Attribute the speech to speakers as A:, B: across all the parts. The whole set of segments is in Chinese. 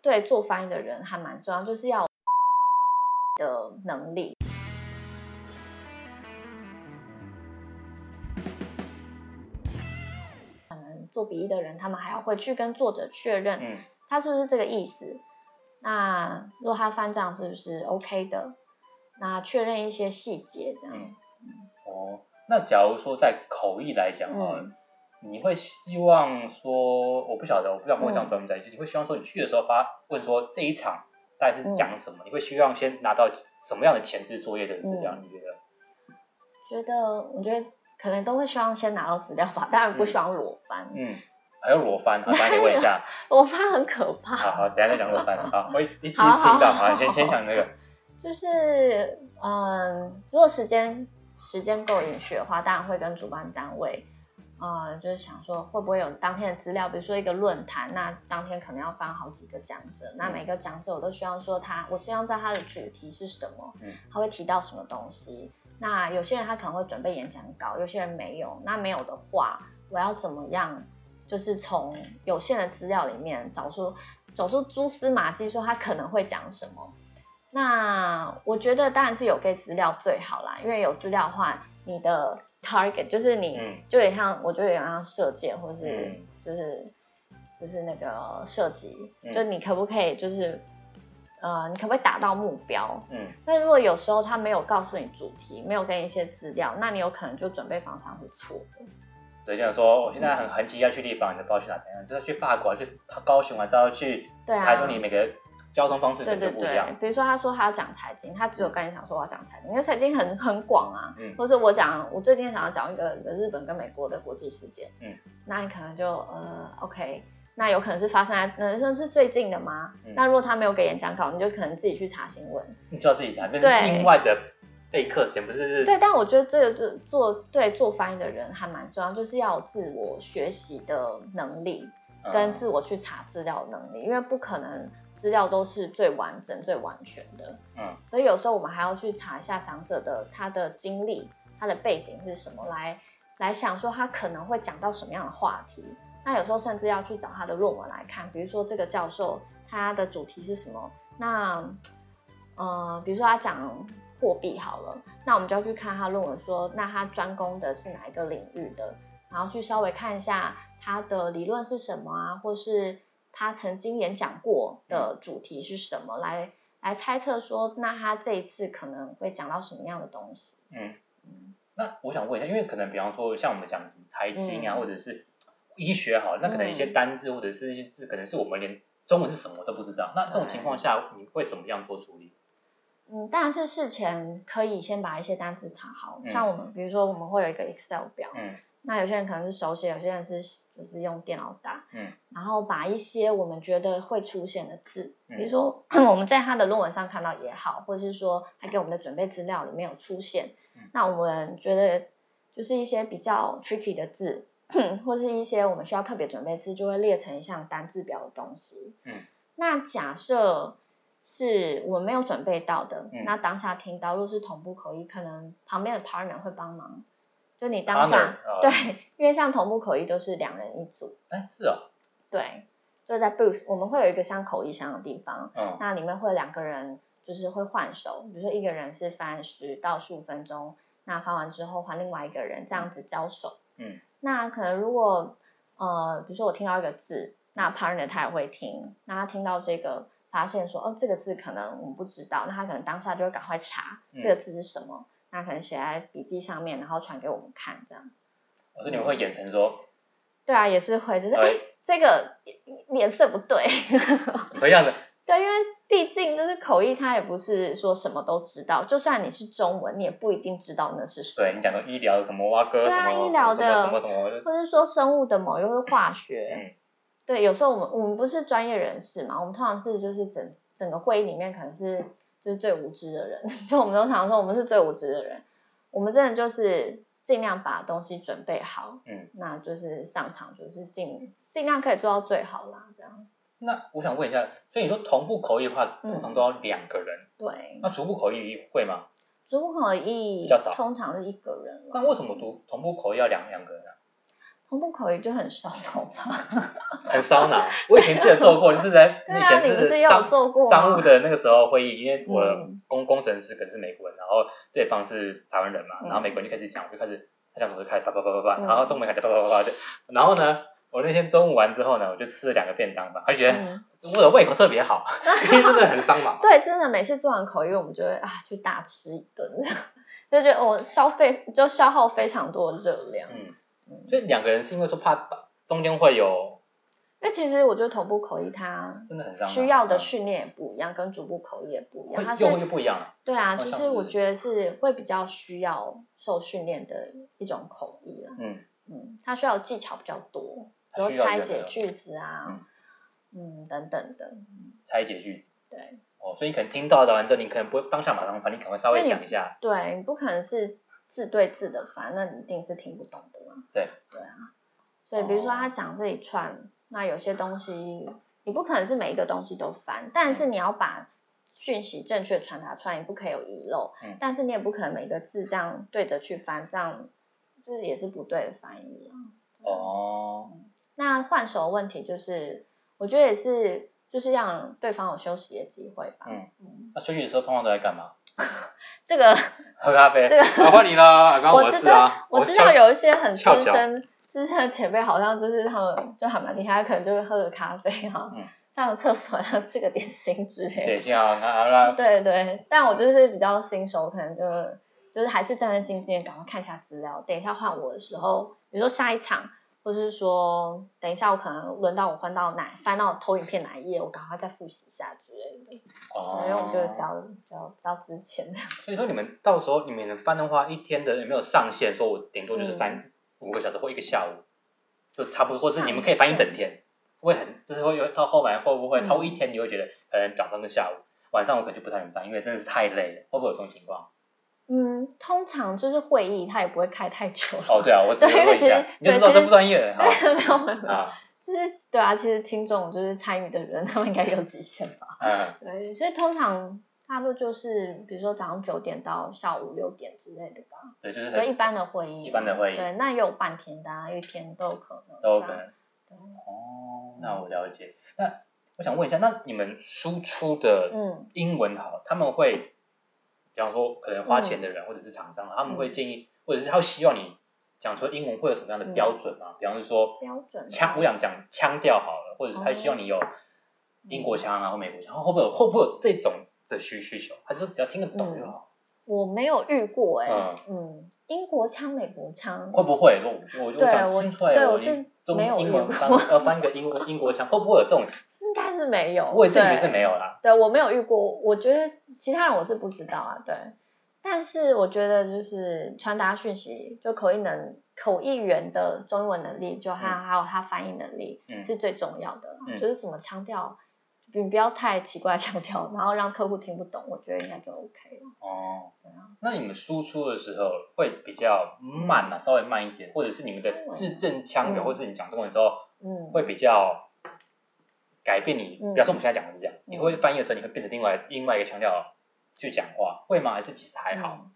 A: 对做翻译的人还蛮重要，就是要有的能力。可能做笔译的人，他们还要会去跟作者确认，
B: 嗯，
A: 他是不是这个意思？那如果他翻账是不是 OK 的？那确认一些细节，这样
B: 嗯。哦，那假如说在口译来讲啊，
A: 嗯
B: 你会希望说，我不晓得，我不知道我这样
A: 嗯
B: 专不专业，就是你会希望说，你去的时候发问说这一场大概是讲什么？你会希望先拿到什么样的前置作业的资料？
A: 嗯
B: 你觉得？
A: 觉得，我觉得可能都会希望先拿到资料吧，当然不希望裸翻，
B: 嗯，还有裸翻，好，啊等一下你问一下，
A: 裸翻很可怕。
B: 好好，等一下再讲裸翻，好，我一一一听
A: 好好
B: 到，
A: 好
B: 好，先先讲 那个，
A: 就是嗯，如果时间时间够允许的话，当然会跟主办单位，呃，就是想说会不会有当天的资料，比如说一个论坛，那当天可能要翻好几个讲者，那每个讲者我都希望说他，我希望知道他的主题是什么，
B: 嗯
A: 他会提到什么东西。那有些人他可能会准备演讲稿，有些人没有。那没有的话，我要怎么样？就是从有限的资料里面找出找出蛛丝马迹，说他可能会讲什么。那我觉得当然是有给资料最好啦，因为有资料的话，你的 target 就是你，
B: 嗯
A: 就有点像，我觉得有点像射箭，或是、
B: 嗯
A: 就是就是那个射击，
B: 嗯
A: 就你可不可以就是呃，你可不可以达到目标？
B: 嗯
A: 那如果有时候他没有告诉你主题，没有给你一些资料，那你有可能就准备方向是错的。
B: 所以这样说，我现在很很急要去地方，你都不知道去哪边，就是去法国啊，去高雄啊，都要去，
A: 对啊
B: 还说你每个交通方式
A: 对
B: 可能
A: 对
B: 就不一样
A: 对，，比如说他说他要讲财经，他只有跟你讲说我要讲财经，因为财经很很广啊。
B: 嗯
A: 或者我讲我最近想要讲一个日本跟美国的国际事件，
B: 嗯，
A: 那你可能就呃 OK，那有可能是发生在，可能是最近的吗？
B: 嗯
A: 那如果他没有给演讲稿，你就可能自己去查新闻。
B: 你就要自己查，但
A: 对
B: 是另外的备课时间不是是，
A: 对，但我觉得这个就做对做翻译的人还蛮重要，就是要有自我学习的能力。
B: 嗯
A: 跟自我去查资料的能力，因为不可能资料都是最完整、最完全的。
B: 嗯，
A: 所以有时候我们还要去查一下长者的他的经历、他的背景是什么，来来想说他可能会讲到什么样的话题。那有时候甚至要去找他的论文来看，比如说这个教授他的主题是什么？那呃，比如说他讲货币好了，那我们就要去看他论文说，那他专攻的是哪一个领域的，然后去稍微看一下他的理论是什么啊，或是他曾经演讲过的主题是什么，来来猜测说，那他这一次可能会讲到什么样的东西？
B: 嗯，那我想问一下，因为可能比方说像我们讲什么财经啊，
A: 嗯
B: 或者是医学好了，那可能一些
A: 嗯
B: 单字或者是一些字，可能是我们连中文是什么都不知道。那这种
A: 对
B: 情况下，你会怎么样做处理？
A: 嗯，当然是事前可以先把一些单词查好，
B: 嗯
A: 像我们比如说我们会有一个 Excel 表，
B: 嗯
A: 那有些人可能是手写，有些人是就是用电脑打，
B: 嗯，
A: 然后把一些我们觉得会出现的字，
B: 嗯
A: 比如说 我们在他的论文上看到也好，或者是说他给我们的准备资料里面有出现，
B: 嗯
A: 那我们觉得就是一些比较 tricky 的字， 或是一些我们需要特别准备的字，就会列成一项单字表的东西。
B: 嗯，
A: 那假设是我们没有准备到的，
B: 嗯
A: 那当下听到，如果是同步口译，可能旁边的 partner 会帮忙。就你当
B: partner，
A: 下
B: 哦
A: 对，因为像同步口译都是两人一组，
B: 哎，是哦，
A: 对，就在 booth 我们会有一个像口译箱的地方，
B: 嗯
A: 那里面会有两个人就是会换手，比如说一个人是翻十到十五分钟，那翻完之后换另外一个人这样子交手。
B: 嗯，
A: 那可能如果呃，比如说我听到一个字，那 partner 他也会听，那他听到这个发现说哦这个字可能我们不知道，那他可能当下就会赶快查
B: 嗯
A: 这个字是什么，那可能写在笔记上面，然后传给我们看这样。
B: 我说你们会眼神说，
A: 对啊，也是会，就是哎、
B: 哎
A: 这个脸色不对。
B: 你会这样子，
A: 对，因为毕竟就是口译，它也不是说什么都知道，就算你是中文，你也不一定知道那是什么。
B: 对你讲到医疗什么蛙哥
A: 对
B: 什
A: 啊
B: 么
A: 医疗的
B: 什么什么什么，
A: 或者说生物的某一个化学，
B: 嗯
A: 对，有时候我们我们不是专业人士嘛，我们通常是就是整整个会议里面可能是就是最无知的人， 就我们都常说我们是最无知的人，我们真的就是尽量把东西准备好，
B: 嗯，
A: 那就是上场就是尽尽量可以做到最好啦，这样
B: 那我想问一下，所以你说同步口译的话，通常都要两个人，
A: 对。
B: 那逐步口译会吗？
A: 主不口译
B: 较少
A: 通常是一个人啦，
B: 那为什么读同步口译要两两个人啊？
A: 我不可以就很烧头发。
B: 很烧脑。 我以前记得做过，就是 在
A: 对
B: 以
A: 啊
B: 前
A: 你
B: 就
A: 不是
B: 是
A: 也有
B: 商
A: 做过吗
B: 商务的那个时候会议，因为我
A: 嗯
B: 工工程师可能是美国人，然后对方是台湾人嘛，
A: 嗯
B: 然后美国人就开始讲，我就开始他讲什么就开始叭叭叭叭叭，
A: 嗯
B: 然后中文开始叭叭叭叭的，然后呢，我那天中午完之后呢，我就吃了两个便当嘛，他就觉得
A: 嗯，
B: 我的胃口特别好，因为真的很伤脑。
A: 对，真的每次做完口译，我们就会啊去大吃一顿， 就觉得我、哦消费就消耗非常多热量。
B: 嗯
A: 嗯，
B: 所以两个人是因为说怕中间会有
A: 因为其实我觉得头部口译它
B: 真的很伤脑嗯
A: 需要的训练也不一样，跟足部口译也不一样，它
B: 会
A: 是
B: 用户就不一样了。
A: 对啊，
B: 好
A: 就
B: 像
A: 是我
B: 是
A: 觉得是会比较需要受训练的一种口译啊。
B: 嗯，
A: 嗯，它需要技巧比较多，比
B: 它
A: 如
B: 需要
A: 拆
B: 人
A: 解
B: 的
A: 句子啊，嗯等等的。
B: 拆解句子。
A: 对。
B: 哦，所以你可能听到的完之后，你可能不会当下马上翻，你可能会稍微
A: 那你
B: 想一下，
A: 对，你不可能是字对字的翻，那你一定是听不懂的嘛。
B: 对。哦
A: 对啊，所以比如说他讲这一串，那有些东西你不可能是每一个东西都翻，但
B: 嗯
A: 是你要把讯息正确传达出来，你不可以有遗漏。
B: 嗯
A: 但是你也不可能每个字这样对着去翻，这样就是也是不对的翻译啊。
B: 哦，
A: 那换手的问题就是，我觉得也是，就是让对方有休息的机会吧。
B: 嗯
A: 嗯，
B: 那休息的时候通常都在干嘛？
A: 这个
B: 喝咖啡。
A: 这个
B: 啊换你啦，刚刚
A: 我
B: 的
A: 知
B: 事啊
A: 道，，我知道
B: 敲
A: 有一些很资
B: 翘脚
A: 深资深的前辈，好像就是他们就还蛮厉害，可能就是喝个咖啡啊，
B: 嗯
A: 上个厕所啊，吃个点心之类
B: 等
A: 的。
B: 一下啊，那啊
A: 对对，但我就是比较新手，可能就就是还是战战兢兢的，赶快看一下资料。等一下换我的时候，比如说下一场，或是说等一下我可能轮到我翻到哪翻到投影片哪一页，我赶快再复习一下之类的。
B: 那哦，
A: 因为我就是比较比较比较之前的。
B: 所以说你们到时候你们翻的话，一天的有没有上限？说我顶多就是
A: 嗯
B: 翻五个小时或一个下午，就差不多，或是你们可以翻一整天，会很就是会有到后来会不会
A: 嗯
B: 超过一天，你会觉得可能早上跟下午，晚上我可能就不太能翻，因为真的是太累了，会不会有这种情况？
A: 嗯，通常就是会议它也不会开太久了。
B: 哦，对啊，我只
A: 对
B: 是问一
A: 其实
B: 下，你就
A: 对
B: 知道
A: 其实
B: 真不专业 了
A: 没有没有没
B: 好
A: 有，
B: 啊，
A: 就是对啊，其实听众就是参与的人，他们应该有极限吧？
B: 嗯，
A: 对，所以通常差不多就是比如说早上九点到下午六点之类的吧，
B: 对，就是
A: 对，一
B: 很
A: 般的会议，
B: 一般的会议
A: 对，那也有半天的、啊，一天都有可能，
B: 都有
A: 这
B: 可
A: 样
B: 能。
A: 对
B: 哦，那我了解。那我想问一下，那你们输出的
A: 嗯，
B: 英文好，他们会，比方说可能花钱
A: 嗯
B: 的人、或者是厂商，啊他们会建议，或者是他会希望你讲出英文会有什么样的标准吗？比方是说
A: 嗯标准啊
B: 腔，我想讲腔调好了，或者是他希望你有英
A: 哦
B: 国腔啊、或美国腔，会不会有会不会有这种的需需求？还是说只要听得
A: 嗯
B: 懂就好？
A: 我没有遇过哎、
B: 嗯
A: 嗯，哦英国腔、美国腔，
B: 会不会说我我我
A: 对
B: 讲
A: 我
B: 清出来
A: 对
B: 我
A: 我是
B: 中
A: 没有
B: 英
A: 遇
B: 文
A: 过
B: 翻要翻一个英文英国腔，会不会有这种？
A: 应该是没有，
B: 我也自己觉得
A: 对
B: 是没有啦。
A: 对我没有遇过，我觉得其他人我是不知道啊，对。但是我觉得就是传达讯息，就口译能口译员的中文能力，就他、
B: 嗯
A: 还有他翻译能力
B: 嗯
A: 是最重要的啦，
B: 嗯
A: 就是什么腔调，你不要太奇怪的腔调，然后让客户听不懂，我觉得应该就 OK 了。
B: 哦
A: 对啊，
B: 那你们输出的时候会比较慢嘛，稍微慢一点，或者是你们的字正腔圆，
A: 嗯
B: 或者是你讲中文的时候
A: 嗯，
B: 会比较改变你，
A: 嗯
B: 比方说我们现在讲的是这样，你会
A: 嗯
B: 翻译的时候你会变成另外另外一个腔调去讲话，会吗？还是其实还好？
A: 嗯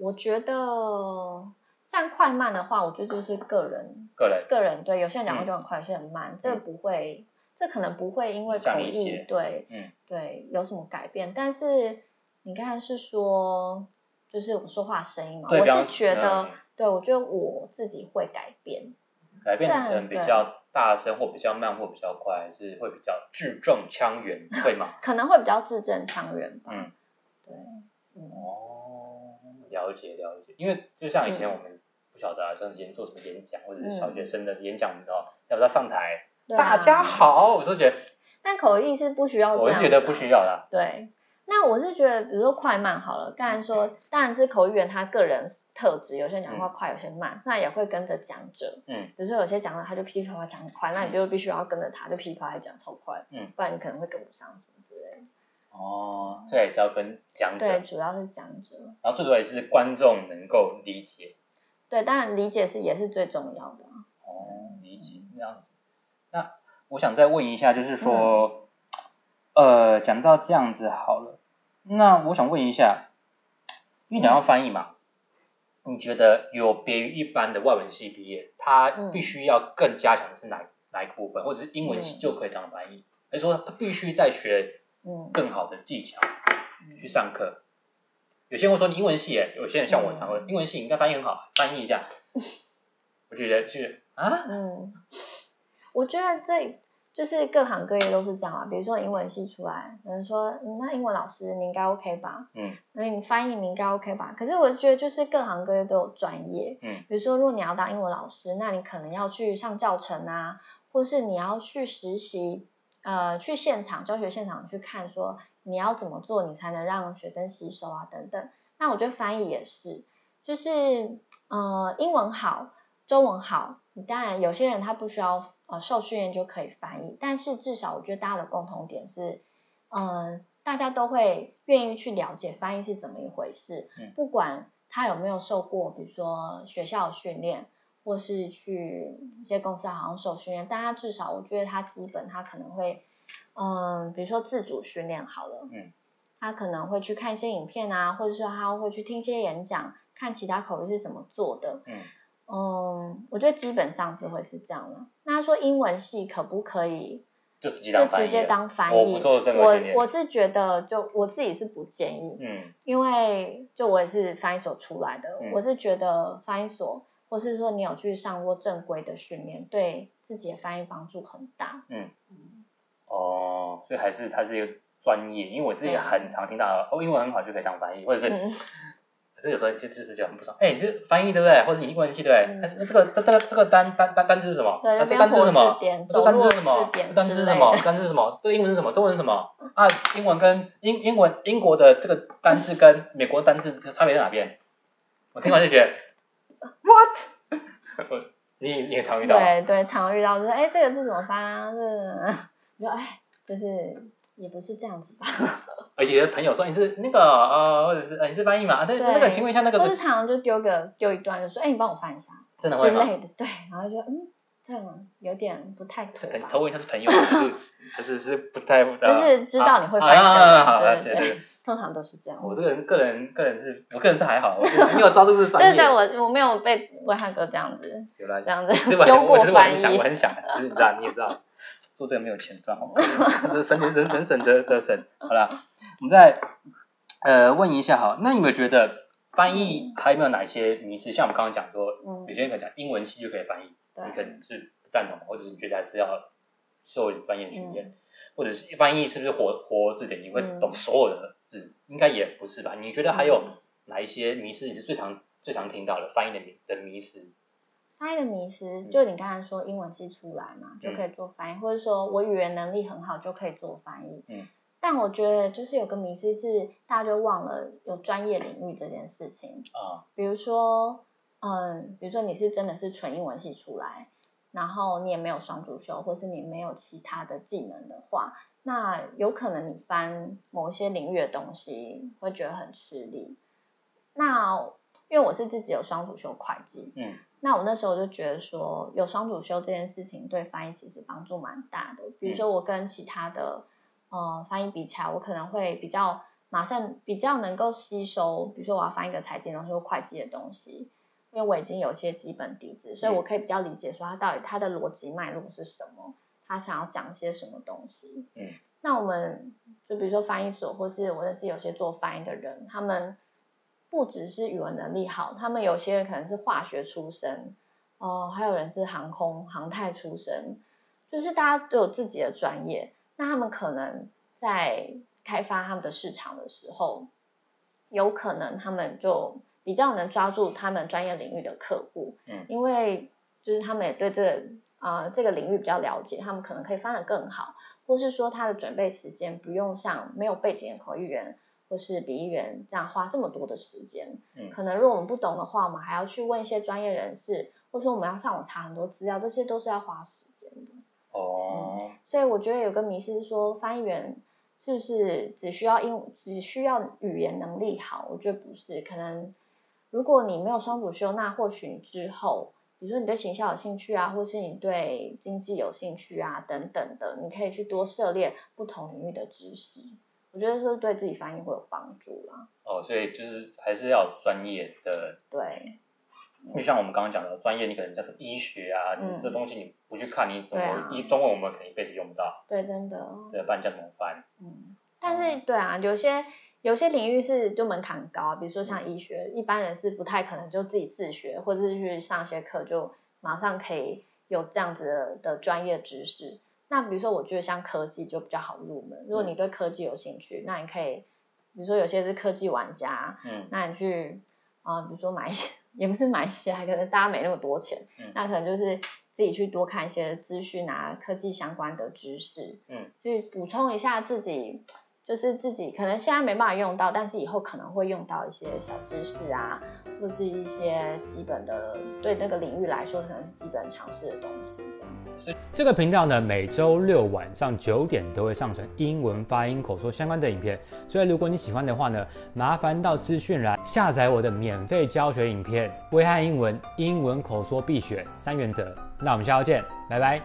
A: 我觉得像快慢的话，我觉得就是个人
B: 个人
A: 个人对，有些人讲话
B: 嗯
A: 就很快，有些人很慢，这个不会，这可能不会因为
B: 影响
A: 口
B: 理
A: 译
B: 解
A: 对，
B: 嗯
A: 对有什么改变，但是你刚才是说就是我说话声音嘛，
B: 对
A: 我
B: 比方
A: 是觉得，
B: 嗯
A: 对我觉得我自己会改变，
B: 改变
A: 但
B: 成比
A: 对
B: 较大声或比较慢或比较快，还是会比较字正腔圆，会 吗？
A: 可能会比较字正腔圆吧，
B: 嗯
A: 对，嗯
B: 哦，了解了解，因为就像以
A: 嗯
B: 前我们不晓得啊，像演做什么演讲或者是小学生的演讲，你知道，要不要上台？
A: 对啊
B: 大家，好，我都觉得，
A: 但口译是不需要这
B: 我
A: 样
B: 是
A: 子啊，
B: 觉得不需要啦。
A: 对，那我是觉得，比如说快慢好了，刚才说当然是口译员他个人特质，有些人讲话快，有些慢，那也会跟着讲者。
B: 嗯，
A: 比如说有些讲者他就噼里啪啦讲很快，那你就必须要跟着他，就噼里啪啦讲超快，
B: 嗯，
A: 不然你可能会跟不上什么之类的。
B: 哦，这也是要跟讲者，
A: 对，主要是讲者。
B: 然后最主要也是观众能够理解。
A: 对，当然理解是也是最重要的啊。
B: 哦，理解这样子。那我想再问一下，就是
A: 嗯
B: 说，呃，讲到这样子好了，那我想问一下，因为讲到翻译嘛，
A: 嗯
B: 你觉得有别于一般的外文系毕业，他
A: 嗯
B: 必须要更加强的是哪、哪一个部分，或者是英文系就可以当翻译，还是说他必须再学
A: 嗯
B: 更好的技巧去上课？有些人会说你英文系耶，有些人像我
A: 嗯
B: 常会，英文系你应该翻译很好，翻译一下。我觉得就是啊，
A: 嗯，我觉得这就是各行各业都是这样啊。比如说英文系出来，有人说、嗯那英文老师你应该 OK 吧？
B: 嗯，
A: 那你翻译你应该 OK 吧？可是我觉得就是各行各业都有专业，
B: 嗯，
A: 比如说如果你要当英文老师，那你可能要去上教程啊，或是你要去实习，呃，去现场教学现场去看说你要怎么做，你才能让学生吸收啊等等。那我觉得翻译也是，就是呃，英文好，中文好，你当然有些人他不需要呃受训练就可以翻译，但是至少我觉得大家的共同点是，呃，大家都会愿意去了解翻译是怎么一回事，
B: 嗯
A: 不管他有没有受过，比如说学校的训练，或是去一些公司好像受训练，但他至少我觉得他基本他可能会，嗯、比如说自主训练好了，
B: 嗯，
A: 他可能会去看一些影片啊，或者说他会去听一些演讲，看其他口语是怎么做的，
B: 嗯，
A: 嗯，我觉得基本上是会是这样的。那他说英文系可不可以
B: 就直接
A: 就
B: 当翻
A: 直
B: 译了，啊
A: 接当翻译？
B: 我不做这个训练
A: 我我是觉得就我自己是不建议，
B: 嗯
A: 因为就我也是翻译所出来的，
B: 嗯
A: 我是觉得翻译所或是说你有去上过正规的训练，对自己的翻译帮助很大。
B: 嗯，哦，所以还是它是一个专业，因为我自己
A: 对
B: 很常听到哦，英文很好就可以当翻译，或者是
A: 嗯，
B: 可是有时候就就是就很不爽，哎、你这翻译对不对？或者你英文系对不对？
A: 嗯
B: 啊这个这这个这个单单单单字是什么？
A: 对
B: 啊
A: 就
B: 这
A: 变
B: 单字是
A: 火
B: 什么
A: 字典？
B: 这单字是什
A: 走路
B: 么
A: 字？典
B: 这单字
A: 之
B: 是
A: 类
B: 什么？
A: 的
B: 这单字是什么？这英文是什么？中文是什么？啊，英文跟英英文英国的这个单字跟美国单字差别在哪边？我听完就觉得 ，what？我 你你也常遇到吗，
A: 对对，常遇到就是哎，这个字怎么翻啊？这个 你说哎，就是也不是这样子吧？
B: 而且有朋友说哎你是那个呃，或者是呃你是翻译嘛？啊，对，
A: 对
B: 那个请问一下那个
A: 或是常常就丢个丢一段，就说哎，你帮我翻一下。
B: 真的
A: 之
B: 会吗？
A: 类的，对，然后就嗯，这样有点不太
B: 是
A: 妥
B: 朋
A: 吧
B: 头，问一下是朋友吗，还是还是是不 太
A: 就是知道你会翻译
B: 啊啊啊好
A: 的
B: 了
A: 人，
B: 对
A: 对
B: 对
A: 对，通常都是这样。
B: 我这个人，个人，个人是，我个人是还好，我是没有招这个专
A: 对对，
B: 业。
A: 我我没有被威汉哥这样子
B: 有啦
A: 这，样子
B: 其实我
A: 丢
B: 很我
A: 过
B: 其实我很
A: 翻
B: 想，
A: 译
B: 我，很想，其实你知道，你也知道，做这个没有钱赚，好可怜这省人人人省则则省。好啦，我们再呃问一下哈，那你们觉得翻译还有没有哪些迷思？像我们刚刚讲说，
A: 嗯
B: 有，些人可能讲英文系就可以翻译，你可
A: 对，
B: 能是不赞同的，或者是你觉得还是要受专业
A: 嗯
B: 训练，或者是翻译是不是活活字典，你会懂所有的字？应该也不是吧？你觉得还有
A: 嗯
B: 哪一些迷思你是最常最常听到的翻译的迷的迷思？
A: 翻译的迷思，
B: 嗯
A: 就你刚才说英文系出来嘛，就可以做翻译，或者说我语言能力很好就可以做翻译。
B: 嗯。
A: 但我觉得就是有个迷思是，大家就忘了有专业领域这件事情。
B: 啊？
A: 比如说，嗯，比如说你是真的是纯英文系出来，然后你也没有双主修，或是你没有其他的技能的话，那有可能你翻某一些领域的东西会觉得很吃力。那因为我是自己有双主修会计，
B: 嗯
A: 那我那时候就觉得说，有双主修这件事情对翻译其实帮助蛮大的。
B: 嗯
A: 比如说我跟其他的、呃翻译比起来，我可能会比较马上比较能够吸收，比如说我要翻译一个财经的东西或会计的东西，因为我已经有一些基本底子，所
B: 嗯
A: 以我可以比较理解说它到底它的逻辑脉络是什么，它想要讲些什么东西。
B: 嗯，
A: 那我们就比如说翻译所，或是我认识有些做翻译的人，他们不只是语文能力好，他们有些人可能是化学出身，哦、还有人是航空航太出身，就是大家都有自己的专业，那他们可能在开发他们的市场的时候，有可能他们就比较能抓住他们专业领域的客户，
B: 嗯
A: 因为就是他们也对这个呃这个领域比较了解，他们可能可以翻得更好。或是说他的准备时间不用像没有背景的口译员或是笔译员这样花这么多的时间。
B: 嗯
A: 可能如果我们不懂的话，我们还要去问一些专业人士，或者说我们要上网查很多资料，这些都是要花时间的。
B: 哦，
A: 所以我觉得有个迷思是说，翻译员是不是只需要英只需要语言能力好？我觉得不是，可能如果你没有双主修，那或许你之后，比如说你对行销有兴趣啊，或是你对经济有兴趣啊等等的，你可以去多涉猎不同领域的知识。我觉得是对自己翻译会有帮助啦。
B: 哦，所以就是还是要有专业的，
A: 对
B: 就像我们刚刚讲的，专业你可能像是医学啊，
A: 嗯
B: 你这东西你不去看，你怎
A: 对啊
B: 么一中文我们肯定一辈子用不到，
A: 对，真的。哦
B: 对，不然你叫怎么翻？
A: 嗯，但是对啊，有些有些领域是就门槛很高啊，比如说像医学，一般人是不太可能就自己自学，或者是去上一些课就马上可以有这样子的的专业知识。那比如说，我觉得像科技就比较好入门。如果你对科技有兴趣，那你可以，比如说有些是科技玩家，
B: 嗯
A: 那你去啊、比如说买一些，也不是买一些啊，可能大家没那么多钱，
B: 嗯
A: 那可能就是自己去多看一些资讯啊，科技相关的知识，
B: 嗯，
A: 去补充一下自己，就是自己可能现在没办法用到，但是以后可能会用到一些小知识啊，或是一些基本的对那个领域来说可能是基本常识的东西，这样子。
C: 这个频道呢，每周六晚上九点都会上传英文发音口说相关的影片，所以如果你喜欢的话呢，麻烦到资讯栏下载我的免费教学影片《危害英文：英文口说必学三原则》。那我们下周见，拜拜。